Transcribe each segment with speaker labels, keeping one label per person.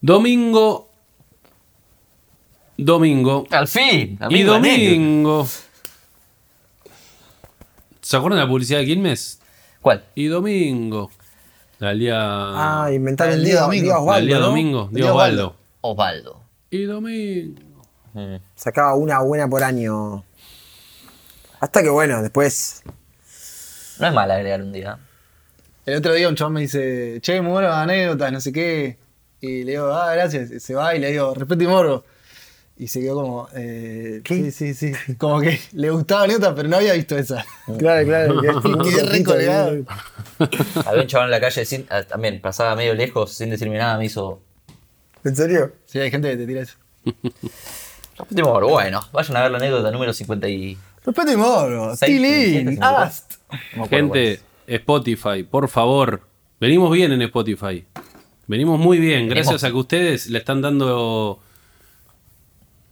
Speaker 1: Domingo. Domingo.
Speaker 2: Al fin.
Speaker 1: Y
Speaker 2: amigo, anécdota.
Speaker 1: domingo. ¿Se acuerdan de la publicidad de Quilmes?
Speaker 2: ¿Cuál?
Speaker 1: Y domingo. Al día.
Speaker 3: Ah, inventar el
Speaker 4: El día
Speaker 3: día,
Speaker 4: domingo.
Speaker 3: día Osvaldo,
Speaker 1: al día
Speaker 3: ¿no?
Speaker 1: domingo.
Speaker 4: El día
Speaker 1: Día Osvaldo.
Speaker 2: Osvaldo.
Speaker 1: Y domingo.
Speaker 3: Sacaba una buena por año. Hasta que bueno, después.
Speaker 2: No es mal agregar un día.
Speaker 4: El otro día un chabón me dice, che, muy buenas anécdotas, no sé qué. Y le digo, ah, gracias. Y se va y le digo, respeto y morbo. Y se quedó como, eh, sí, sí, sí. Como que le gustaba anécdotas, pero no había visto esa.
Speaker 3: Claro, claro.
Speaker 4: Quedé re colgado.
Speaker 2: Había un chaval en la calle, sin- ah, también pasaba medio lejos, sin decirme nada, me hizo.
Speaker 3: ¿En serio?
Speaker 4: Sí, hay gente que te tira eso.
Speaker 2: Respeto y Morbo. Bueno, vayan a ver la anécdota número 50 y.
Speaker 4: Respeto y morbo.
Speaker 2: Seis,
Speaker 4: Tilín,
Speaker 2: siete,
Speaker 4: Ast.
Speaker 2: no me acuerdo
Speaker 1: Ah.
Speaker 2: cuál
Speaker 1: Gente,
Speaker 2: es.
Speaker 1: Spotify, por favor. Venimos bien en Spotify. Venimos muy bien. Gracias
Speaker 2: Venimos.
Speaker 1: a que ustedes le están dando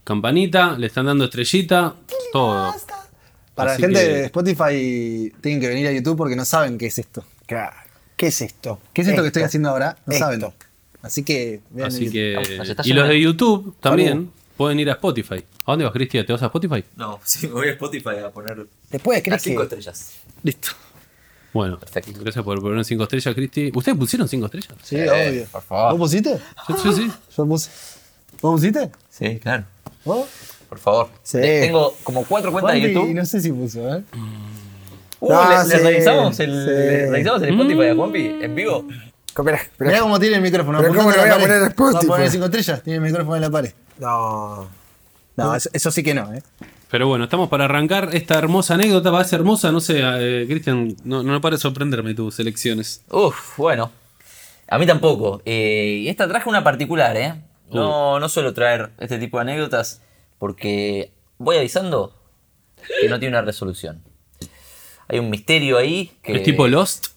Speaker 1: campanita, le están dando estrellita, todo.
Speaker 4: Para
Speaker 1: Así
Speaker 4: la gente
Speaker 1: que-
Speaker 4: de Spotify, tienen que venir a YouTube porque no saben qué es esto.
Speaker 3: Claro. ¿Qué es esto?
Speaker 4: ¿Qué es esto, que estoy haciendo ahora? No
Speaker 3: Esto.
Speaker 4: saben. Así que, vean
Speaker 1: Así
Speaker 4: el- Uh.
Speaker 1: que.
Speaker 2: Nos está
Speaker 1: Y los
Speaker 2: llamando.
Speaker 1: de YouTube también pueden ir a Spotify. ¿A dónde vas, Cristian? ¿Te vas a Spotify?
Speaker 2: No, sí, me voy a Spotify a poner
Speaker 3: Después,
Speaker 2: las
Speaker 3: ¿crees
Speaker 2: 5
Speaker 3: que.?
Speaker 2: estrellas.
Speaker 4: Listo.
Speaker 1: Bueno,
Speaker 2: Perfecto.
Speaker 1: gracias por poner 5 estrellas, Cristi. ¿Ustedes pusieron 5 estrellas?
Speaker 4: Sí,
Speaker 2: Eh,
Speaker 4: obvio.
Speaker 2: por favor.
Speaker 4: ¿Vos pusiste?
Speaker 1: Yo- yo sí.
Speaker 4: Yo puse. ¿Vos pusiste?
Speaker 2: Sí, claro.
Speaker 4: ¿Vos?
Speaker 2: Por favor.
Speaker 3: Sí.
Speaker 2: Te- Tengo como cuatro cuentas de
Speaker 4: Juanpi,
Speaker 2: YouTube.
Speaker 4: no sé si puso, ¿eh?
Speaker 2: Uh,
Speaker 3: No,
Speaker 2: ¿le, le
Speaker 3: sí,
Speaker 2: revisamos el,
Speaker 3: sí.
Speaker 2: le revisamos el Spotify a Juanpi en vivo.
Speaker 3: Espera,
Speaker 4: Mirá
Speaker 3: espera.
Speaker 4: cómo tiene el micrófono.
Speaker 3: Pero
Speaker 4: apuntando
Speaker 3: ¿cómo
Speaker 4: a
Speaker 3: le
Speaker 4: la
Speaker 3: voy a
Speaker 4: pared.
Speaker 3: poner Spotify?
Speaker 4: Va a poner cinco estrellas, tiene el micrófono en la pared.
Speaker 3: No.
Speaker 4: No, eso, eso sí que no, ¿eh?
Speaker 1: Pero bueno, estamos para arrancar esta hermosa anécdota. Va a ser hermosa, no sé, eh, Cristian, no, no para de sorprenderme tus elecciones.
Speaker 2: Uf, bueno. A mí tampoco. Eh, y esta traje una particular, ¿eh?
Speaker 1: Uh.
Speaker 2: No, no suelo traer este tipo de anécdotas porque voy avisando que no tiene una resolución. Hay un misterio ahí que.
Speaker 1: ¿Es tipo Lost?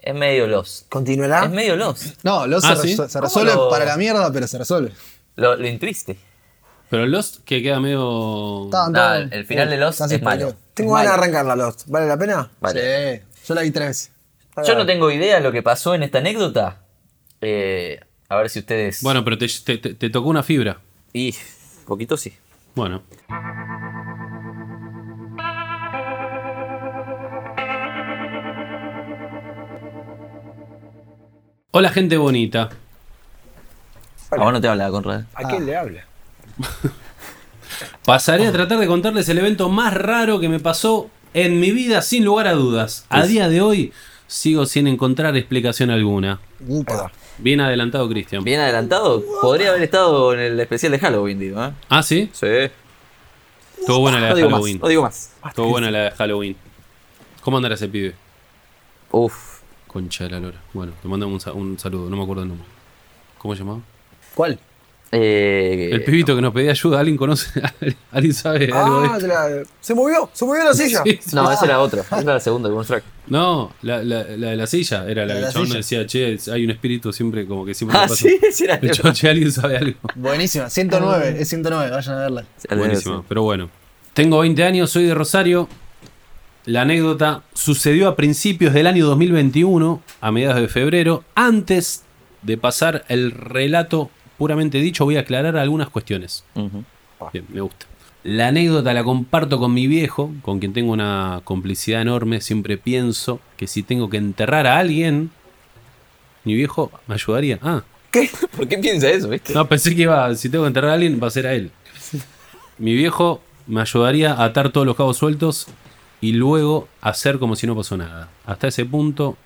Speaker 2: Es medio lost.
Speaker 3: ¿Continuará?
Speaker 2: Es medio lost.
Speaker 4: No, lo
Speaker 1: Ah,
Speaker 4: se,
Speaker 1: ¿sí?
Speaker 4: resuelve, se
Speaker 2: ¿Cómo
Speaker 4: resuelve
Speaker 2: lo-
Speaker 4: para la mierda, pero se resuelve.
Speaker 2: Lo, lo intriste.
Speaker 1: Pero Lost que queda medio.
Speaker 4: Tan,
Speaker 2: Nah,
Speaker 4: tan.
Speaker 2: Ah, el final de Lost
Speaker 4: Casi
Speaker 2: es malo.
Speaker 4: spoileo.
Speaker 3: Tengo ganas de arrancarla, Lost. ¿Vale la pena?
Speaker 2: Vale.
Speaker 4: Sí, yo la vi tres veces.
Speaker 2: Yo no tengo idea de lo que pasó en esta anécdota. Eh, a ver si ustedes.
Speaker 1: Bueno, pero te, te- te- te tocó una fibra.
Speaker 2: Y. Poquito sí.
Speaker 1: Bueno. Hola, gente bonita.
Speaker 2: A vos no te habla, Conrad.
Speaker 3: ¿A quién le habla?
Speaker 1: Pasaré a tratar de contarles el evento más raro que me pasó en mi vida, sin lugar a dudas. A día de hoy sigo sin encontrar explicación alguna.
Speaker 3: Upa.
Speaker 1: Bien adelantado, Cristian.
Speaker 2: Bien adelantado. Podría haber estado en el especial de Halloween, digo, ¿eh?
Speaker 1: Ah, sí.
Speaker 2: Sí.
Speaker 1: Estuvo buena la
Speaker 2: No
Speaker 1: de
Speaker 2: digo más.
Speaker 1: Halloween.
Speaker 2: No digo más.
Speaker 1: Estuvo buena la de Halloween. ¿Cómo andará ese pibe?
Speaker 2: Uf.
Speaker 1: Concha de la lora. Bueno, te mandamos un, sa- un saludo, no me acuerdo el nombre. ¿Cómo se llamaba?
Speaker 4: ¿Cuál?
Speaker 2: Eh,
Speaker 1: El pibito que nos pedía ayuda. ¿Alguien conoce? ¿Alguien sabe algo de
Speaker 3: Ah,
Speaker 1: esto?
Speaker 3: se, la- se movió, se movió la silla.
Speaker 2: No, esa era otra. Esa era la segunda de bonus track.
Speaker 1: No, la, la- la de la silla. Era la,
Speaker 4: La de
Speaker 1: que el
Speaker 4: la
Speaker 1: chabón
Speaker 4: silla.
Speaker 1: decía, che, hay un espíritu siempre como que siempre
Speaker 2: Ah,
Speaker 1: le pasa.
Speaker 2: sí, esa era
Speaker 1: El chabón, che, alguien sabe algo.
Speaker 4: Buenísima, 109, es 109, vayan a verla.
Speaker 1: Buenísimo, pero bueno. Tengo 20 años, soy de Rosario. La anécdota sucedió a principios del año 2021, a mediados de febrero. Antes de pasar el relato puramente dicho, voy a aclarar algunas cuestiones.
Speaker 2: Ujú.
Speaker 1: Bien, me gusta. La anécdota la comparto con mi viejo, con quien tengo una complicidad enorme. Siempre pienso que si tengo que enterrar a alguien, mi viejo me ayudaría. Ah,
Speaker 2: ¿Por qué piensa eso, viste?
Speaker 1: no, pensé que iba, si tengo que enterrar a alguien, va a ser a él. Mi viejo me ayudaría a atar todos los cabos sueltos y luego hacer como si no pasó nada. Hasta ese punto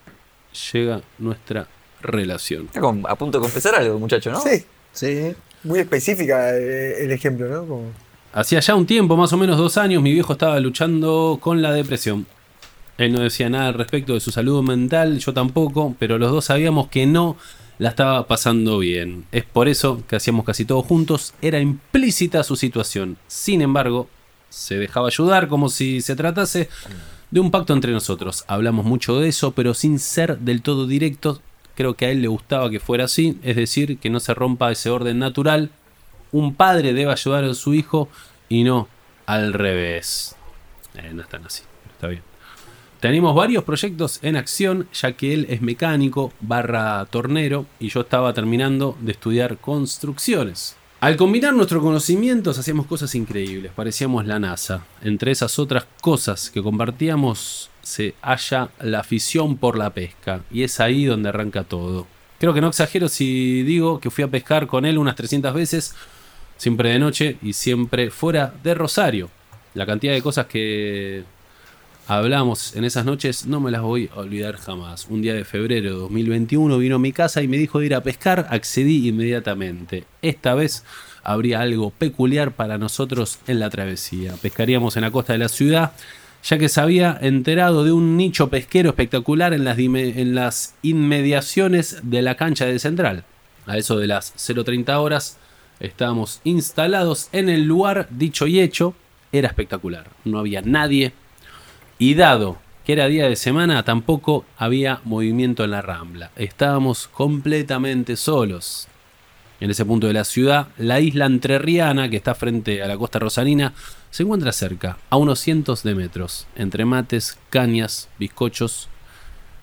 Speaker 1: llega nuestra relación.
Speaker 2: Está con- a punto de confesar algo, muchacho, ¿no?
Speaker 3: Sí,
Speaker 4: Sí.
Speaker 3: muy específica eh, el ejemplo, ¿no? Como-
Speaker 1: Hacía ya un tiempo, más o menos dos años, mi viejo estaba luchando con la depresión. Él no decía nada al respecto de su salud mental, yo tampoco, pero los dos sabíamos que no la estaba pasando bien. Es por eso que hacíamos casi todo juntos. Era implícita su situación. Sin embargo, se dejaba ayudar como si se tratase de un pacto entre nosotros. Hablamos mucho de eso, pero sin ser del todo directos. Creo que a él le gustaba que fuera así, es decir, que no se rompa ese orden natural. Un padre debe ayudar a su hijo y no al revés. Eh, no están así, pero está bien. Tenemos varios proyectos en acción, ya que él es mecánico barra tornero y yo estaba terminando de estudiar construcciones. Al combinar nuestros conocimientos hacíamos cosas increíbles, parecíamos la NASA. Entre esas otras cosas que compartíamos se halla la afición por la pesca, y es ahí donde arranca todo. Creo que no exagero si digo que fui a pescar con él unas 300 veces, siempre de noche y siempre fuera de Rosario. La cantidad de cosas que hablamos en esas noches no me las voy a olvidar jamás. Un día de febrero de 2021 vino a mi casa y me dijo de ir a pescar, accedí inmediatamente. Esta vez habría algo peculiar para nosotros en la travesía. Pescaríamos en la costa de la ciudad, ya que se había enterado de un nicho pesquero espectacular en las, dime- en las inmediaciones de la cancha de Central. A eso de las 0.30 horas estábamos instalados en el lugar dicho y hecho. Era espectacular. No había nadie, y dado que era día de semana, tampoco había movimiento en la rambla. Estábamos completamente solos. En ese punto de la ciudad, la isla entrerriana, que está frente a la costa rosarina, se encuentra cerca, a unos cientos de metros, entre mates, cañas, bizcochos.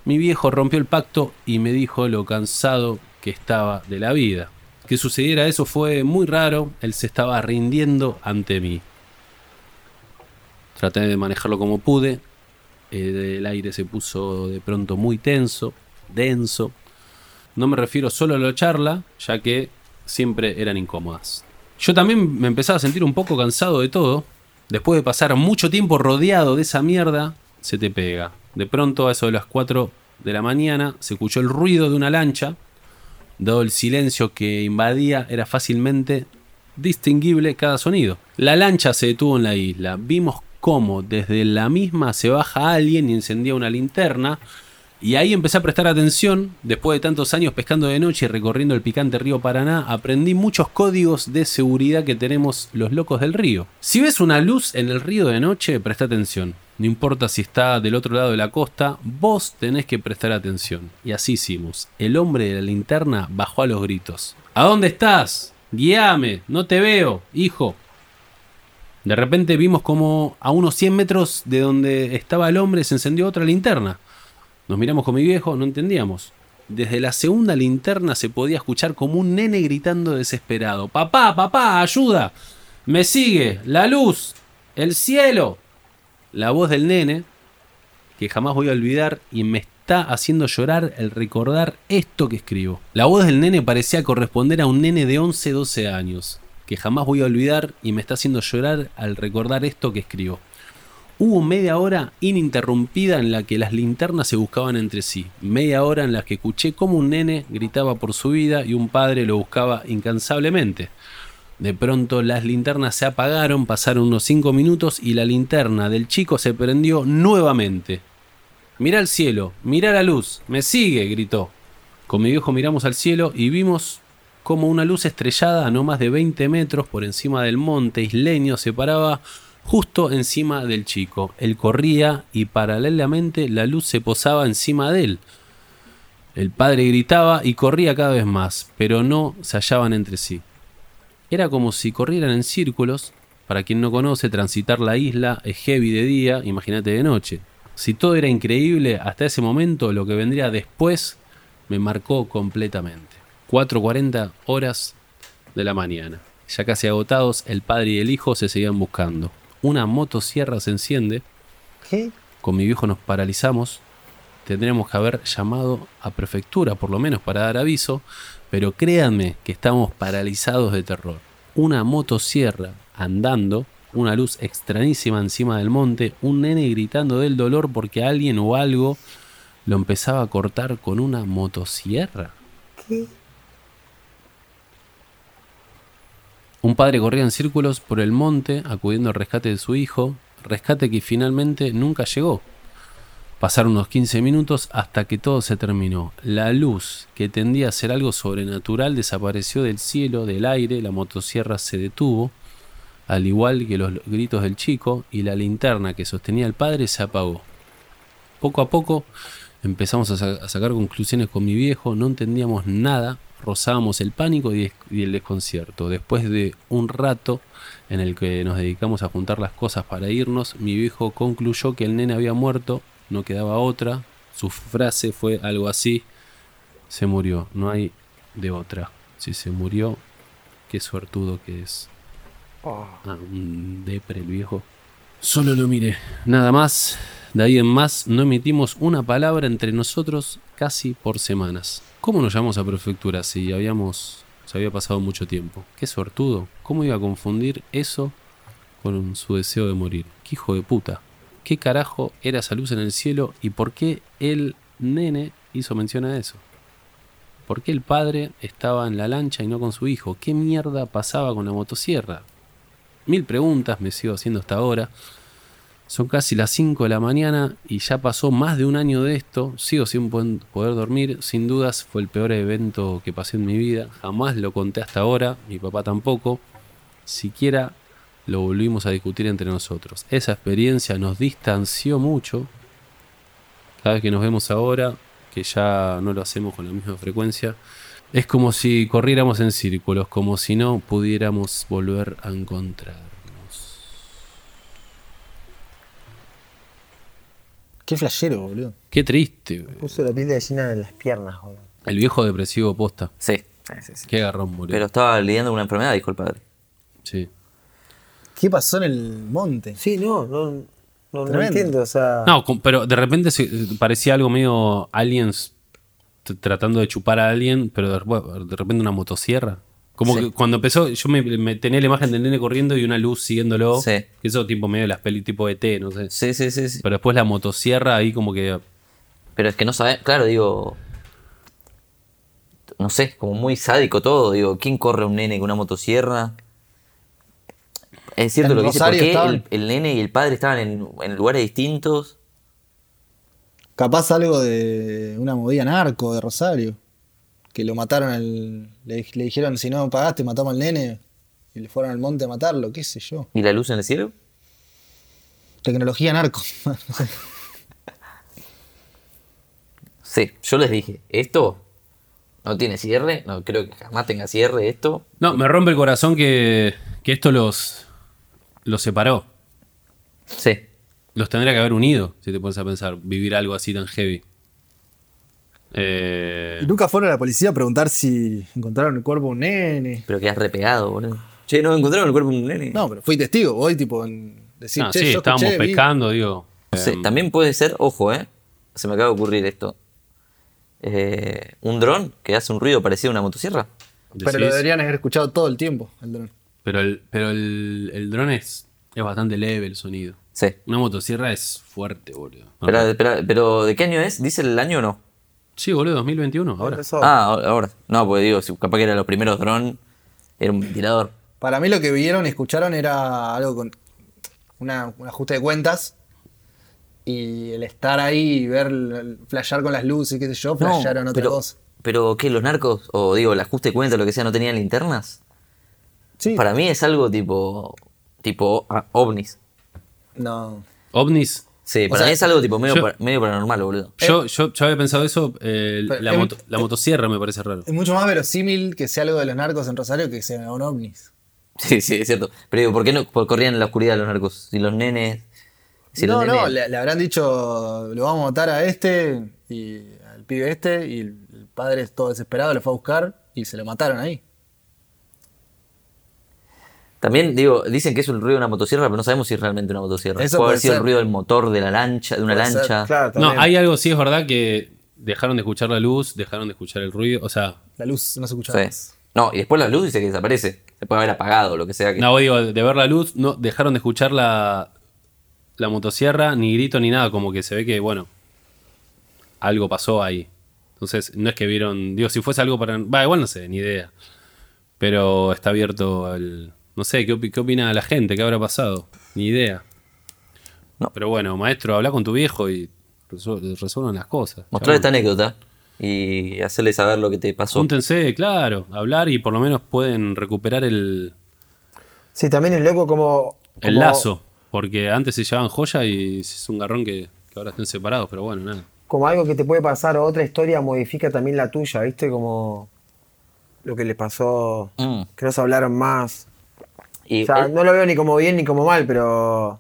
Speaker 1: Mi viejo rompió el pacto y me dijo lo cansado que estaba de la vida. Que sucediera eso fue muy raro, él se estaba rindiendo ante mí. Traté de manejarlo como pude. Eh, el aire se puso de pronto muy tenso, denso. No me refiero solo a la charla, ya que siempre eran incómodas. Yo también me empezaba a sentir un poco cansado de todo. Después de pasar mucho tiempo rodeado de esa mierda, se te pega. De pronto, a eso de las 4 de la mañana, se escuchó el ruido de una lancha. Dado el silencio que invadía, era fácilmente distinguible cada sonido. La lancha se detuvo en la isla. Vimos cómo desde la misma se baja alguien y encendía una linterna. Y ahí empecé a prestar atención. Después de tantos años pescando de noche y recorriendo el picante río Paraná, aprendí muchos códigos de seguridad que tenemos los locos del río. Si ves una luz en el río de noche, presta atención. No importa si está del otro lado de la costa, vos tenés que prestar atención. Y así hicimos. El hombre de la linterna bajó a los gritos. ¿A dónde estás? Guíame, no te veo, hijo. De repente vimos como a unos 100 metros de donde estaba el hombre se encendió otra linterna. Nos miramos con mi viejo, no entendíamos. Desde la segunda linterna se podía escuchar como un nene gritando desesperado. Papá, papá, ayuda. Me sigue. La luz. El cielo. La voz del nene, que jamás voy a olvidar y me está haciendo llorar el recordar esto que escribo. La voz del nene parecía corresponder a un nene de 11, 12 años, que jamás voy a olvidar y me está haciendo llorar al recordar esto que escribo. Hubo media hora ininterrumpida en la que las linternas se buscaban entre sí, media hora en la que escuché cómo un nene gritaba por su vida y un padre lo buscaba incansablemente. De pronto las linternas se apagaron, pasaron unos 5 minutos y la linterna del chico se prendió nuevamente. Mirá al cielo, mirá la luz, me sigue, gritó. Con mi viejo miramos al cielo y vimos como una luz estrellada a no más de 20 metros por encima del monte isleño se paraba justo encima del chico. Él corría y paralelamente la luz se posaba encima de él. El padre gritaba y corría cada vez más, pero no se hallaban entre sí. Era como si corrieran en círculos. Para quien no conoce, transitar la isla es heavy de día, imagínate de noche. Si todo era increíble hasta ese momento, lo que vendría después me marcó completamente. 4.40 horas de la mañana. Ya casi agotados, el padre y el hijo se seguían buscando. Una motosierra se enciende.
Speaker 3: ¿Qué?
Speaker 1: Con mi viejo nos paralizamos. Tendremos que haber llamado a prefectura, por lo menos, para dar aviso. Pero créanme que estamos paralizados de terror. Una motosierra andando, una luz extrañísima encima del monte, un nene gritando del dolor porque alguien o algo lo empezaba a cortar con una motosierra. Un padre corría en círculos por el monte acudiendo al rescate de su hijo, rescate que finalmente nunca llegó. Pasaron unos 15 minutos hasta que todo se terminó. La luz, que tendía a ser algo sobrenatural, desapareció del cielo, del aire, la motosierra se detuvo, al igual que los gritos del chico, y la linterna que sostenía el padre se apagó. Poco a poco empezamos a, sa- a sacar conclusiones con mi viejo, no entendíamos nada, rozábamos el pánico y, des- y el desconcierto. Después de un rato en el que nos dedicamos a juntar las cosas para irnos, mi viejo concluyó que el nene había muerto, no quedaba otra. Su frase fue algo así, se murió, no hay de otra. Si se murió, qué suertudo que es. Ah, un depre el viejo. Solo lo miré, nada más. De ahí en más no emitimos una palabra entre nosotros casi por semanas. ¿Cómo nos llamamos a prefectura si habíamos se había pasado mucho tiempo? Qué sortudo. ¿Cómo iba a confundir eso con su deseo de morir? Qué hijo de puta. ¿Qué carajo era esa luz en el cielo y por qué el nene hizo mención a eso? ¿Por qué el padre estaba en la lancha y no con su hijo? ¿Qué mierda pasaba con la motosierra? Mil preguntas me sigo haciendo hasta ahora. Son casi las 5 de la mañana y ya pasó más de un año de esto. Sigo sin pon- poder dormir. Sin dudas fue el peor evento que pasé en mi vida. Jamás lo conté hasta ahora. Mi papá tampoco. Siquiera lo volvimos a discutir entre nosotros. Esa experiencia nos distanció mucho. Cada vez que nos vemos ahora, que ya no lo hacemos con la misma frecuencia, es como si corriéramos en círculos, como si no pudiéramos volver a encontrarnos.
Speaker 4: Qué flashero, boludo.
Speaker 1: Qué triste. güey.
Speaker 3: Puso la piel de gallina en las piernas, joder.
Speaker 1: El viejo depresivo posta.
Speaker 2: Sí.
Speaker 1: Qué agarrón, boludo.
Speaker 2: Pero estaba lidiando con una enfermedad, dijo el padre.
Speaker 1: Sí.
Speaker 4: ¿Qué pasó en el monte?
Speaker 3: Sí, no, no, no- no,
Speaker 4: Tremendo.
Speaker 3: entiendo, o
Speaker 2: Ah.
Speaker 3: sea.
Speaker 1: No, com- pero de repente se- parecía algo medio aliens t- tratando de chupar a alguien, pero de, bueno, de repente una motosierra. Como que cuando empezó, yo me, me tenía la imagen del nene corriendo y una luz siguiéndolo.
Speaker 2: Sí.
Speaker 1: Que Eso tipo medio de las pelis tipo ET, no sé.
Speaker 2: Sí, sí, sí. sí.
Speaker 1: Pero después la motosierra ahí como que...
Speaker 2: Pero es que no sabe, claro, digo. No sé, es como muy sádico todo. Digo, ¿quién corre a un nene con una motosierra? Es cierto
Speaker 4: En
Speaker 2: lo que dice, ¿por
Speaker 4: Rosario
Speaker 2: qué
Speaker 4: estaban-
Speaker 2: el, el nene y el padre estaban en, en lugares distintos?
Speaker 4: Capaz algo de una movida narco de Rosario. Que lo mataron al. Le, dij- le dijeron, si no pagaste, matamos al nene. Y le fueron al monte a matarlo, qué sé yo.
Speaker 2: ¿Y la luz en el cielo?
Speaker 4: Tecnología narco.
Speaker 2: Sí, yo les dije, esto no tiene cierre, no creo que jamás tenga cierre esto.
Speaker 1: No, me rompe el corazón que, que esto los, los separó.
Speaker 2: Sí,
Speaker 1: Los tendría que haber unido, si te pones a pensar, vivir algo así tan heavy. Eh,
Speaker 4: Y nunca fueron a la policía a preguntar si encontraron el cuerpo de un nene.
Speaker 2: pero quedas repegado, boludo. Che, no encontraron el cuerpo de un nene.
Speaker 4: No, pero fui testigo, voy tipo en decir,
Speaker 1: ah,
Speaker 4: che,
Speaker 1: sí,
Speaker 4: yo
Speaker 1: estábamos
Speaker 4: escuché, vi".
Speaker 1: pescando, digo.
Speaker 2: Sí, también puede ser, ojo, eh. Se me acaba de ocurrir esto. Eh, un dron que hace un ruido parecido a una motosierra.
Speaker 4: Pero lo
Speaker 1: Decís,
Speaker 4: deberían haber escuchado todo el tiempo, el dron.
Speaker 1: pero el, pero el, el dron es, es bastante leve el sonido.
Speaker 2: Sí.
Speaker 1: Una motosierra es fuerte, boludo. Ah.
Speaker 2: Espera, espera, pero ¿de qué año es? ¿Dice el año o no?
Speaker 1: Sí, boludo, 2021, ahora.
Speaker 3: Eso,
Speaker 2: Ah, ahora- ahora. No, porque digo, si capaz que eran los primeros dron, era un ventilador.
Speaker 4: Para mí lo que vieron y escucharon era algo con una, un ajuste de cuentas. Y el estar ahí y ver, el- flashear con las luces, qué sé yo,
Speaker 2: No,
Speaker 4: flashearon otra
Speaker 2: pero,
Speaker 4: cosa.
Speaker 2: pero ¿qué? ¿Los narcos? O digo, el ajuste de cuenta, lo que sea, no tenían linternas.
Speaker 4: Sí.
Speaker 2: Para mí es algo tipo. tipo ah, ovnis.
Speaker 4: No.
Speaker 1: OVNIs.
Speaker 2: Sí, para
Speaker 4: sea,
Speaker 2: mí es algo tipo medio,
Speaker 1: yo-
Speaker 2: par- medio paranormal, boludo.
Speaker 1: Yo, yo, yo había pensado eso, eh,
Speaker 4: Eh, Pero,
Speaker 1: la,
Speaker 4: eh,
Speaker 1: moto- la motosierra me parece raro.
Speaker 4: Es mucho más verosímil que sea algo de los narcos en Rosario que sea un ovnis.
Speaker 2: Sí, sí, es cierto. Pero digo, ¿por qué no por- corrían en la oscuridad los narcos? Si los nenes. Si
Speaker 4: no,
Speaker 2: los
Speaker 4: no,
Speaker 2: nenes-
Speaker 4: le, le habrán dicho, lo vamos a matar a este y al pibe este, y el, el padre es todo desesperado, lo fue a buscar y se lo mataron ahí.
Speaker 2: También, digo, dicen que es el ruido de una motosierra, pero no sabemos si es realmente una motosierra.
Speaker 4: Eso
Speaker 2: Puede haber
Speaker 4: puede
Speaker 2: sido el
Speaker 4: ser.
Speaker 2: ruido del motor de la lancha, de una
Speaker 3: puede ser,
Speaker 2: lancha.
Speaker 3: Claro,
Speaker 1: No,
Speaker 3: también.
Speaker 1: hay algo, sí es verdad que dejaron de escuchar la luz, dejaron de escuchar el ruido. O sea,
Speaker 4: La luz no se
Speaker 2: Sí.
Speaker 4: escuchaba más.
Speaker 2: No, y después la luz dice que desaparece. Se puede haber apagado, lo que sea que.
Speaker 1: No, digo, de ver la luz, no dejaron de escuchar la, la motosierra, ni grito ni nada, como que se ve que, bueno, algo pasó ahí. Entonces, no es que vieron, digo, si fuese algo para... Va, igual no sé, ni idea. Pero está abierto el... No sé, ¿qué, opi- qué opina la gente? ¿Qué habrá pasado? Ni idea.
Speaker 2: No.
Speaker 1: Pero bueno, maestro, habla con tu viejo y resol- resuelvan las cosas.
Speaker 2: Mostrar esta
Speaker 1: chabón.
Speaker 2: anécdota y hacerle saber lo que te pasó.
Speaker 1: Júntense, claro, hablar y por lo menos pueden recuperar el,
Speaker 3: Sí, también es loco como.
Speaker 1: el
Speaker 3: como-
Speaker 1: lazo. Porque antes se llevaban joya y es un garrón que, que ahora estén separados, pero bueno, nada.
Speaker 3: como algo que te puede pasar o otra historia modifica también la tuya, ¿viste? Como lo que les pasó,
Speaker 2: Mm.
Speaker 3: que no se hablaron más.
Speaker 2: Y
Speaker 3: O sea,
Speaker 2: él-
Speaker 3: no lo veo ni como bien ni como mal, pero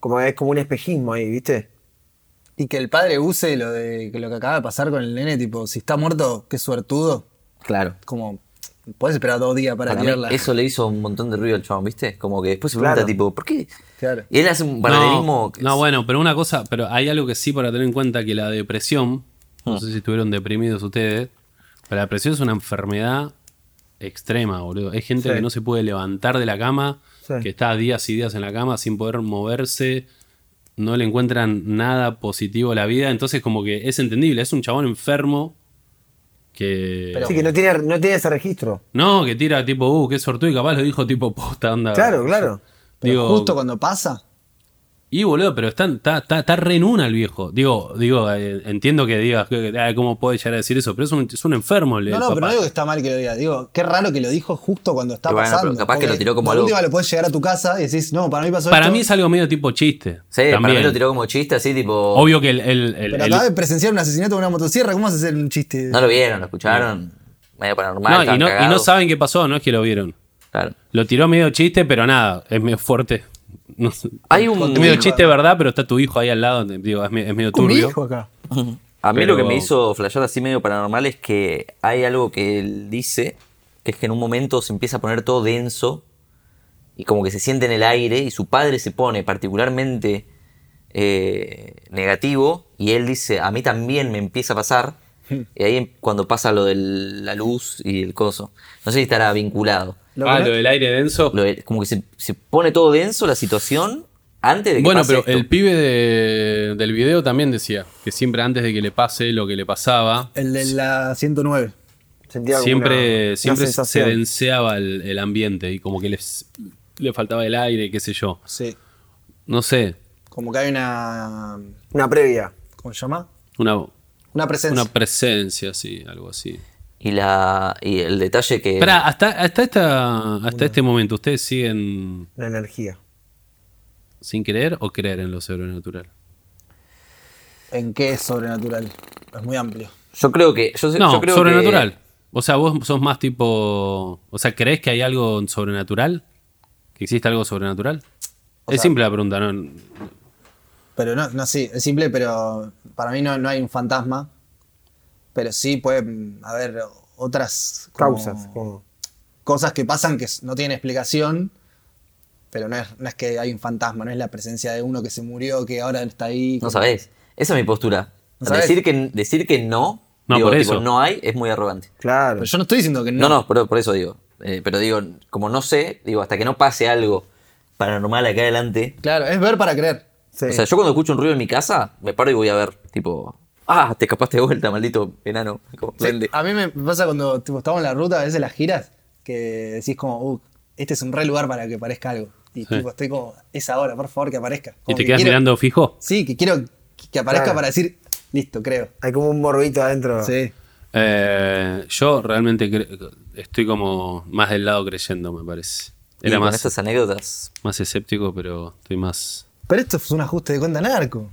Speaker 3: como es como un espejismo ahí, ¿viste?
Speaker 4: Y que el padre use lo de lo que acaba de pasar con el nene, tipo, si está muerto, qué suertudo.
Speaker 2: claro.
Speaker 4: Como, puedes esperar dos días para,
Speaker 2: Para mí
Speaker 4: tirarla.
Speaker 2: eso le hizo un montón de ruido al chabón, ¿viste? Como que después se pregunta,
Speaker 3: Claro.
Speaker 2: tipo, ¿por qué?
Speaker 4: Claro.
Speaker 2: Y él hace un paralelismo.
Speaker 1: No,
Speaker 2: que
Speaker 1: no,
Speaker 2: es-
Speaker 1: bueno, pero una cosa, pero hay algo que sí para tener en cuenta que la depresión, no sé si estuvieron deprimidos ustedes, pero la depresión es una enfermedad extrema, boludo. Hay gente que no se puede levantar de la cama,
Speaker 3: Sí.
Speaker 1: que está días y días en la cama sin poder moverse, no le encuentran nada positivo a la vida, entonces como que es entendible, es un chabón enfermo que...
Speaker 3: Así que no tiene, no tiene ese registro.
Speaker 1: no, que tira tipo, uh, qué sortudo, y capaz lo dijo tipo posta, onda.
Speaker 3: Claro, claro.
Speaker 4: Pero
Speaker 1: Digo-
Speaker 4: justo cuando pasa,
Speaker 1: Y boludo, pero está, está, está, está re en una el viejo. Digo, digo eh, entiendo que digas, que, que, ah, ¿cómo puede llegar a decir eso? Pero es un, es un enfermo el,
Speaker 4: No,
Speaker 1: el
Speaker 4: no, pero no
Speaker 1: papá.
Speaker 4: digo que está mal que lo diga. Digo, qué raro que lo dijo justo cuando está
Speaker 2: Y bueno,
Speaker 4: pasando.
Speaker 2: pero capaz que
Speaker 4: Porque
Speaker 2: lo tiró como
Speaker 4: de
Speaker 2: algo.
Speaker 4: última lo puedes llegar a tu casa y decís, no, para mí pasó
Speaker 1: Para
Speaker 4: esto.
Speaker 1: mí es algo medio tipo chiste.
Speaker 2: Sí, para
Speaker 1: también.
Speaker 2: mí lo tiró como chiste, así tipo.
Speaker 1: Obvio que el... el- el-
Speaker 4: Pero
Speaker 1: el-
Speaker 4: acabas de presenciar un asesinato con una motosierra, ¿cómo vas a hacer un chiste?
Speaker 2: No lo vieron, lo escucharon. Medio paranormal.
Speaker 1: no, y
Speaker 2: estaban
Speaker 1: no, y no
Speaker 2: cagados.
Speaker 1: saben qué pasó, no es que lo vieron.
Speaker 2: Claro.
Speaker 1: Lo tiró medio chiste, pero nada, es medio fuerte. No sé.
Speaker 2: Hay
Speaker 1: es medio
Speaker 2: un.
Speaker 1: chiste, ¿verdad? Pero está tu hijo ahí al lado, digo, es, me- es medio
Speaker 4: Un
Speaker 1: turbio.
Speaker 4: hijo acá.
Speaker 2: A mí lo
Speaker 1: Pero-
Speaker 2: que me hizo flashear así medio paranormal es que hay algo que él dice, que es que en un momento se empieza a poner todo denso y como que se siente en el aire y su padre se pone particularmente eh, negativo y él dice, a mí también me empieza a pasar. Y ahí em, cuando pasa lo de la luz y el coso. No sé si estará vinculado.
Speaker 4: Lo
Speaker 1: ah,
Speaker 4: que no-
Speaker 1: lo del aire denso.
Speaker 2: Lo de- como que se, se pone todo denso la situación antes de que
Speaker 1: Bueno,
Speaker 2: pase
Speaker 1: pero
Speaker 2: esto.
Speaker 1: el pibe de- del video también decía que siempre antes de que le pase lo que le pasaba,
Speaker 4: El de la 109.
Speaker 3: Sentía Eh, alguna-
Speaker 1: siempre
Speaker 3: una
Speaker 1: siempre se
Speaker 3: sensación.
Speaker 1: denseaba el, el ambiente y como que les, le faltaba el aire, qué sé yo.
Speaker 4: Sí.
Speaker 1: No sé,
Speaker 4: Como que hay una.
Speaker 3: Una previa.
Speaker 4: ¿Cómo se llama?
Speaker 1: una,
Speaker 4: Una presencia.
Speaker 1: una presencia, sí, algo así.
Speaker 2: y, la, y el detalle que...
Speaker 1: Esperá, hasta, hasta, esta, hasta este momento, ¿ustedes siguen
Speaker 3: Una energía.
Speaker 1: sin creer o creer en lo sobrenatural?
Speaker 4: ¿En qué es sobrenatural? Es muy amplio.
Speaker 2: Yo creo que. Yo, sé- yo
Speaker 1: No,
Speaker 2: creo
Speaker 1: sobrenatural.
Speaker 2: que-
Speaker 1: O sea, vos sos más tipo... O sea, ¿crees que hay algo sobrenatural? ¿Que existe algo sobrenatural? es simple la pregunta, ¿no?
Speaker 4: Pero no, no, sí, es simple, pero para mí no, no hay un fantasma. Pero sí puede mm, haber otras como-
Speaker 3: Causas. como-
Speaker 4: cosas que pasan que s- no tienen explicación, pero no es, no es que hay un fantasma, no es la presencia de uno que se murió, que ahora está ahí.
Speaker 2: No sabés. Esa es mi postura.
Speaker 4: No sabés.
Speaker 2: decir, que, decir que no,
Speaker 1: No,
Speaker 2: digo,
Speaker 1: por
Speaker 2: tipo,
Speaker 1: eso.
Speaker 2: no hay, es muy arrogante.
Speaker 3: Claro.
Speaker 4: Pero yo no estoy diciendo que
Speaker 2: No,
Speaker 4: no.
Speaker 2: no, por, por eso digo. Eh, pero digo, como no sé, digo, hasta que no pase algo paranormal acá adelante.
Speaker 4: Claro, es ver para creer.
Speaker 3: Sí.
Speaker 2: O sea, yo cuando escucho un ruido en mi casa, me paro y voy a ver. Tipo, ah, te escapaste de vuelta, maldito enano. Como,
Speaker 4: Sí, Ah,
Speaker 2: duende.
Speaker 4: a mí me pasa cuando tipo, estamos en la ruta, a veces las giras, que decís como, "Uh, este es un re lugar para que aparezca algo. Y tipo, estoy como, es ahora, por favor, que aparezca.
Speaker 1: ¿Y
Speaker 4: Como
Speaker 1: te
Speaker 4: que
Speaker 1: quedas
Speaker 4: quiero-
Speaker 1: mirando fijo?
Speaker 4: Sí, que quiero que aparezca
Speaker 3: Claro.
Speaker 4: para decir, listo, creo.
Speaker 3: Hay como un morbito adentro.
Speaker 4: Sí.
Speaker 1: Eh, yo realmente cre- estoy como más del lado creyendo, me parece.
Speaker 2: Y
Speaker 1: Era
Speaker 2: con
Speaker 1: más,
Speaker 2: esas anécdotas.
Speaker 1: más escéptico, pero estoy más.
Speaker 4: Pero esto es un ajuste de cuenta narco.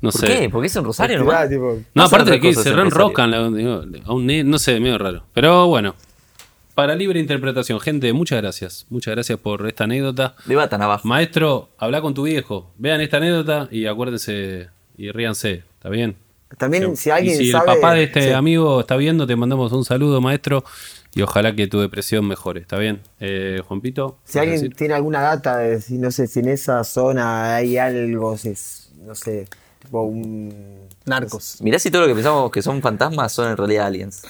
Speaker 1: No
Speaker 2: ¿Por
Speaker 1: sé.
Speaker 2: qué? ¿Por qué es en Rosario
Speaker 3: Activá,
Speaker 2: nomás?
Speaker 3: tipo,
Speaker 1: No,
Speaker 2: Pasan
Speaker 1: aparte de
Speaker 2: otras
Speaker 1: que
Speaker 2: cosas
Speaker 1: se
Speaker 2: en
Speaker 1: reenroscan. la- digo, a un ne- no sé, medio raro. Pero bueno, para libre interpretación, gente, muchas gracias. Muchas gracias por esta anécota.
Speaker 2: Debatan abajo.
Speaker 1: Maestro, habla con tu viejo. Vean esta anécdota y acuérdense y ríanse. ¿Está bien?
Speaker 3: También, si alguien
Speaker 1: y si
Speaker 3: sabe.
Speaker 1: el papá de este
Speaker 3: sí.
Speaker 1: amigo está viendo, te mandamos un saludo, maestro. Y ojalá que tu depresión mejore. ¿Está bien? Eh, Juanpito.
Speaker 3: Si
Speaker 1: ¿querés
Speaker 3: alguien
Speaker 1: decir?
Speaker 3: tiene alguna data de si, no sé, si en esa zona hay algo, si es, no sé, tipo un.
Speaker 4: Narcos.
Speaker 2: Mirá si todo lo que pensamos que son fantasmas son en realidad aliens.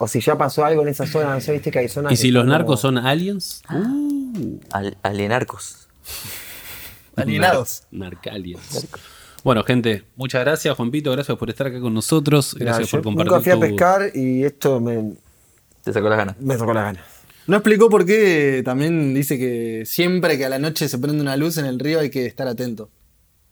Speaker 3: O si ya pasó algo en esa zona, no sé, viste que hay zonas.
Speaker 1: ¿Y
Speaker 3: que
Speaker 1: si los
Speaker 3: como-
Speaker 1: narcos son aliens?
Speaker 2: Al- alienarcos.
Speaker 4: Alienados.
Speaker 1: Narcaliens. Bueno, gente, muchas gracias, Juanpito. Gracias por estar acá con nosotros.
Speaker 3: Mirá,
Speaker 1: Gracias
Speaker 3: yo
Speaker 1: por compartir.
Speaker 3: Nunca fui a
Speaker 1: tu-
Speaker 3: pescar y esto me,
Speaker 2: Te sacó las ganas.
Speaker 3: me sacó las ganas.
Speaker 4: No explicó por qué también dice que siempre que a la noche se prende una luz en el río hay que estar atento.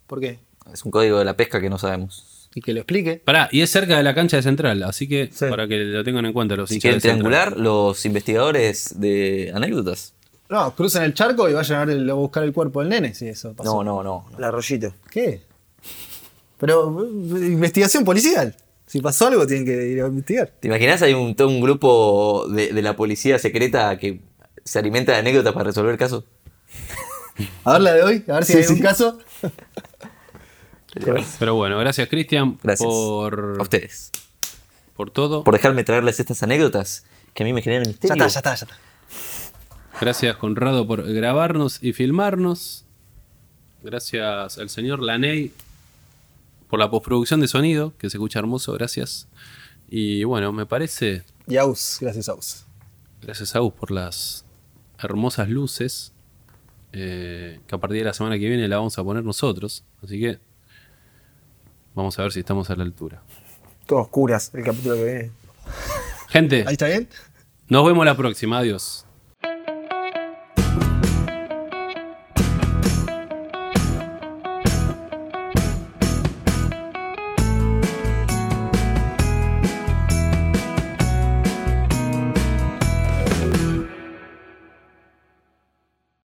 Speaker 4: ¿Por qué?
Speaker 2: Es un código de la pesca que no sabemos.
Speaker 4: Y que lo explique.
Speaker 1: Pará, y es cerca de la cancha de Central, así que
Speaker 3: Sí.
Speaker 1: para que lo tengan en cuenta los
Speaker 2: Si
Speaker 1: hinchas
Speaker 2: quieren
Speaker 1: de Central.
Speaker 2: triangular, los investigadores de anécdotas.
Speaker 4: No, crucen el charco y vayan a, ver el- a buscar el cuerpo del nene, si eso pasó.
Speaker 2: No, no, no. no.
Speaker 3: El arroyito.
Speaker 4: ¿Qué? Pero eh, investigación policial. Si pasó algo, tienen que ir a investigar.
Speaker 2: ¿Te imaginas? Hay un, todo un grupo de, de la policía secreta que se alimenta de anécdotas para resolver casos.
Speaker 4: A ver la de hoy, a ver si
Speaker 3: Sí,
Speaker 4: hay un
Speaker 3: sí.
Speaker 4: caso.
Speaker 1: Pero bueno, gracias Cristian
Speaker 2: Gracias. A
Speaker 1: por,
Speaker 2: ustedes.
Speaker 1: por todo.
Speaker 2: Por dejarme traerles estas anécdotas que a mí me generan
Speaker 4: Ya
Speaker 2: misterio.
Speaker 4: está, ya está, ya está.
Speaker 1: Gracias Conrado por grabarnos y filmarnos. Gracias al señor Laney por la postproducción de sonido, que se escucha hermoso, gracias. Y bueno, me parece,
Speaker 4: Y Aus, gracias Aus.
Speaker 1: gracias a vos por las hermosas luces, eh, que a partir de la semana que viene la vamos a poner nosotros. Así que vamos a ver si estamos a la altura.
Speaker 3: Todo oscuras el capítulo que viene.
Speaker 1: Gente,
Speaker 4: ¿Ahí está bien?
Speaker 1: nos vemos la próxima, adiós.